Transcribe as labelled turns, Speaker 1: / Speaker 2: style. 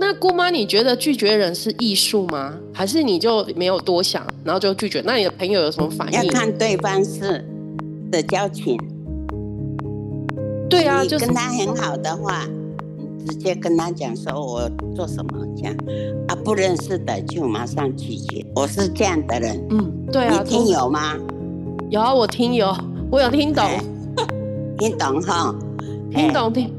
Speaker 1: 那姑妈，你觉得拒绝人是艺术吗？还是你就没有多想，然后就拒绝？那你的朋友有什么反
Speaker 2: 要
Speaker 1: 应？
Speaker 2: 看对方是的交情。
Speaker 1: 对啊，
Speaker 2: 你
Speaker 1: 就是
Speaker 2: 跟他很好的话，你直接跟他讲说我做什么这样啊，不认识的就马上拒绝。我是这样的人，
Speaker 1: 嗯，对啊，
Speaker 2: 你听有吗？
Speaker 1: 有啊我听有，我有听懂，
Speaker 2: 哎，听懂哈？
Speaker 1: 听
Speaker 2: 哎
Speaker 1: 懂听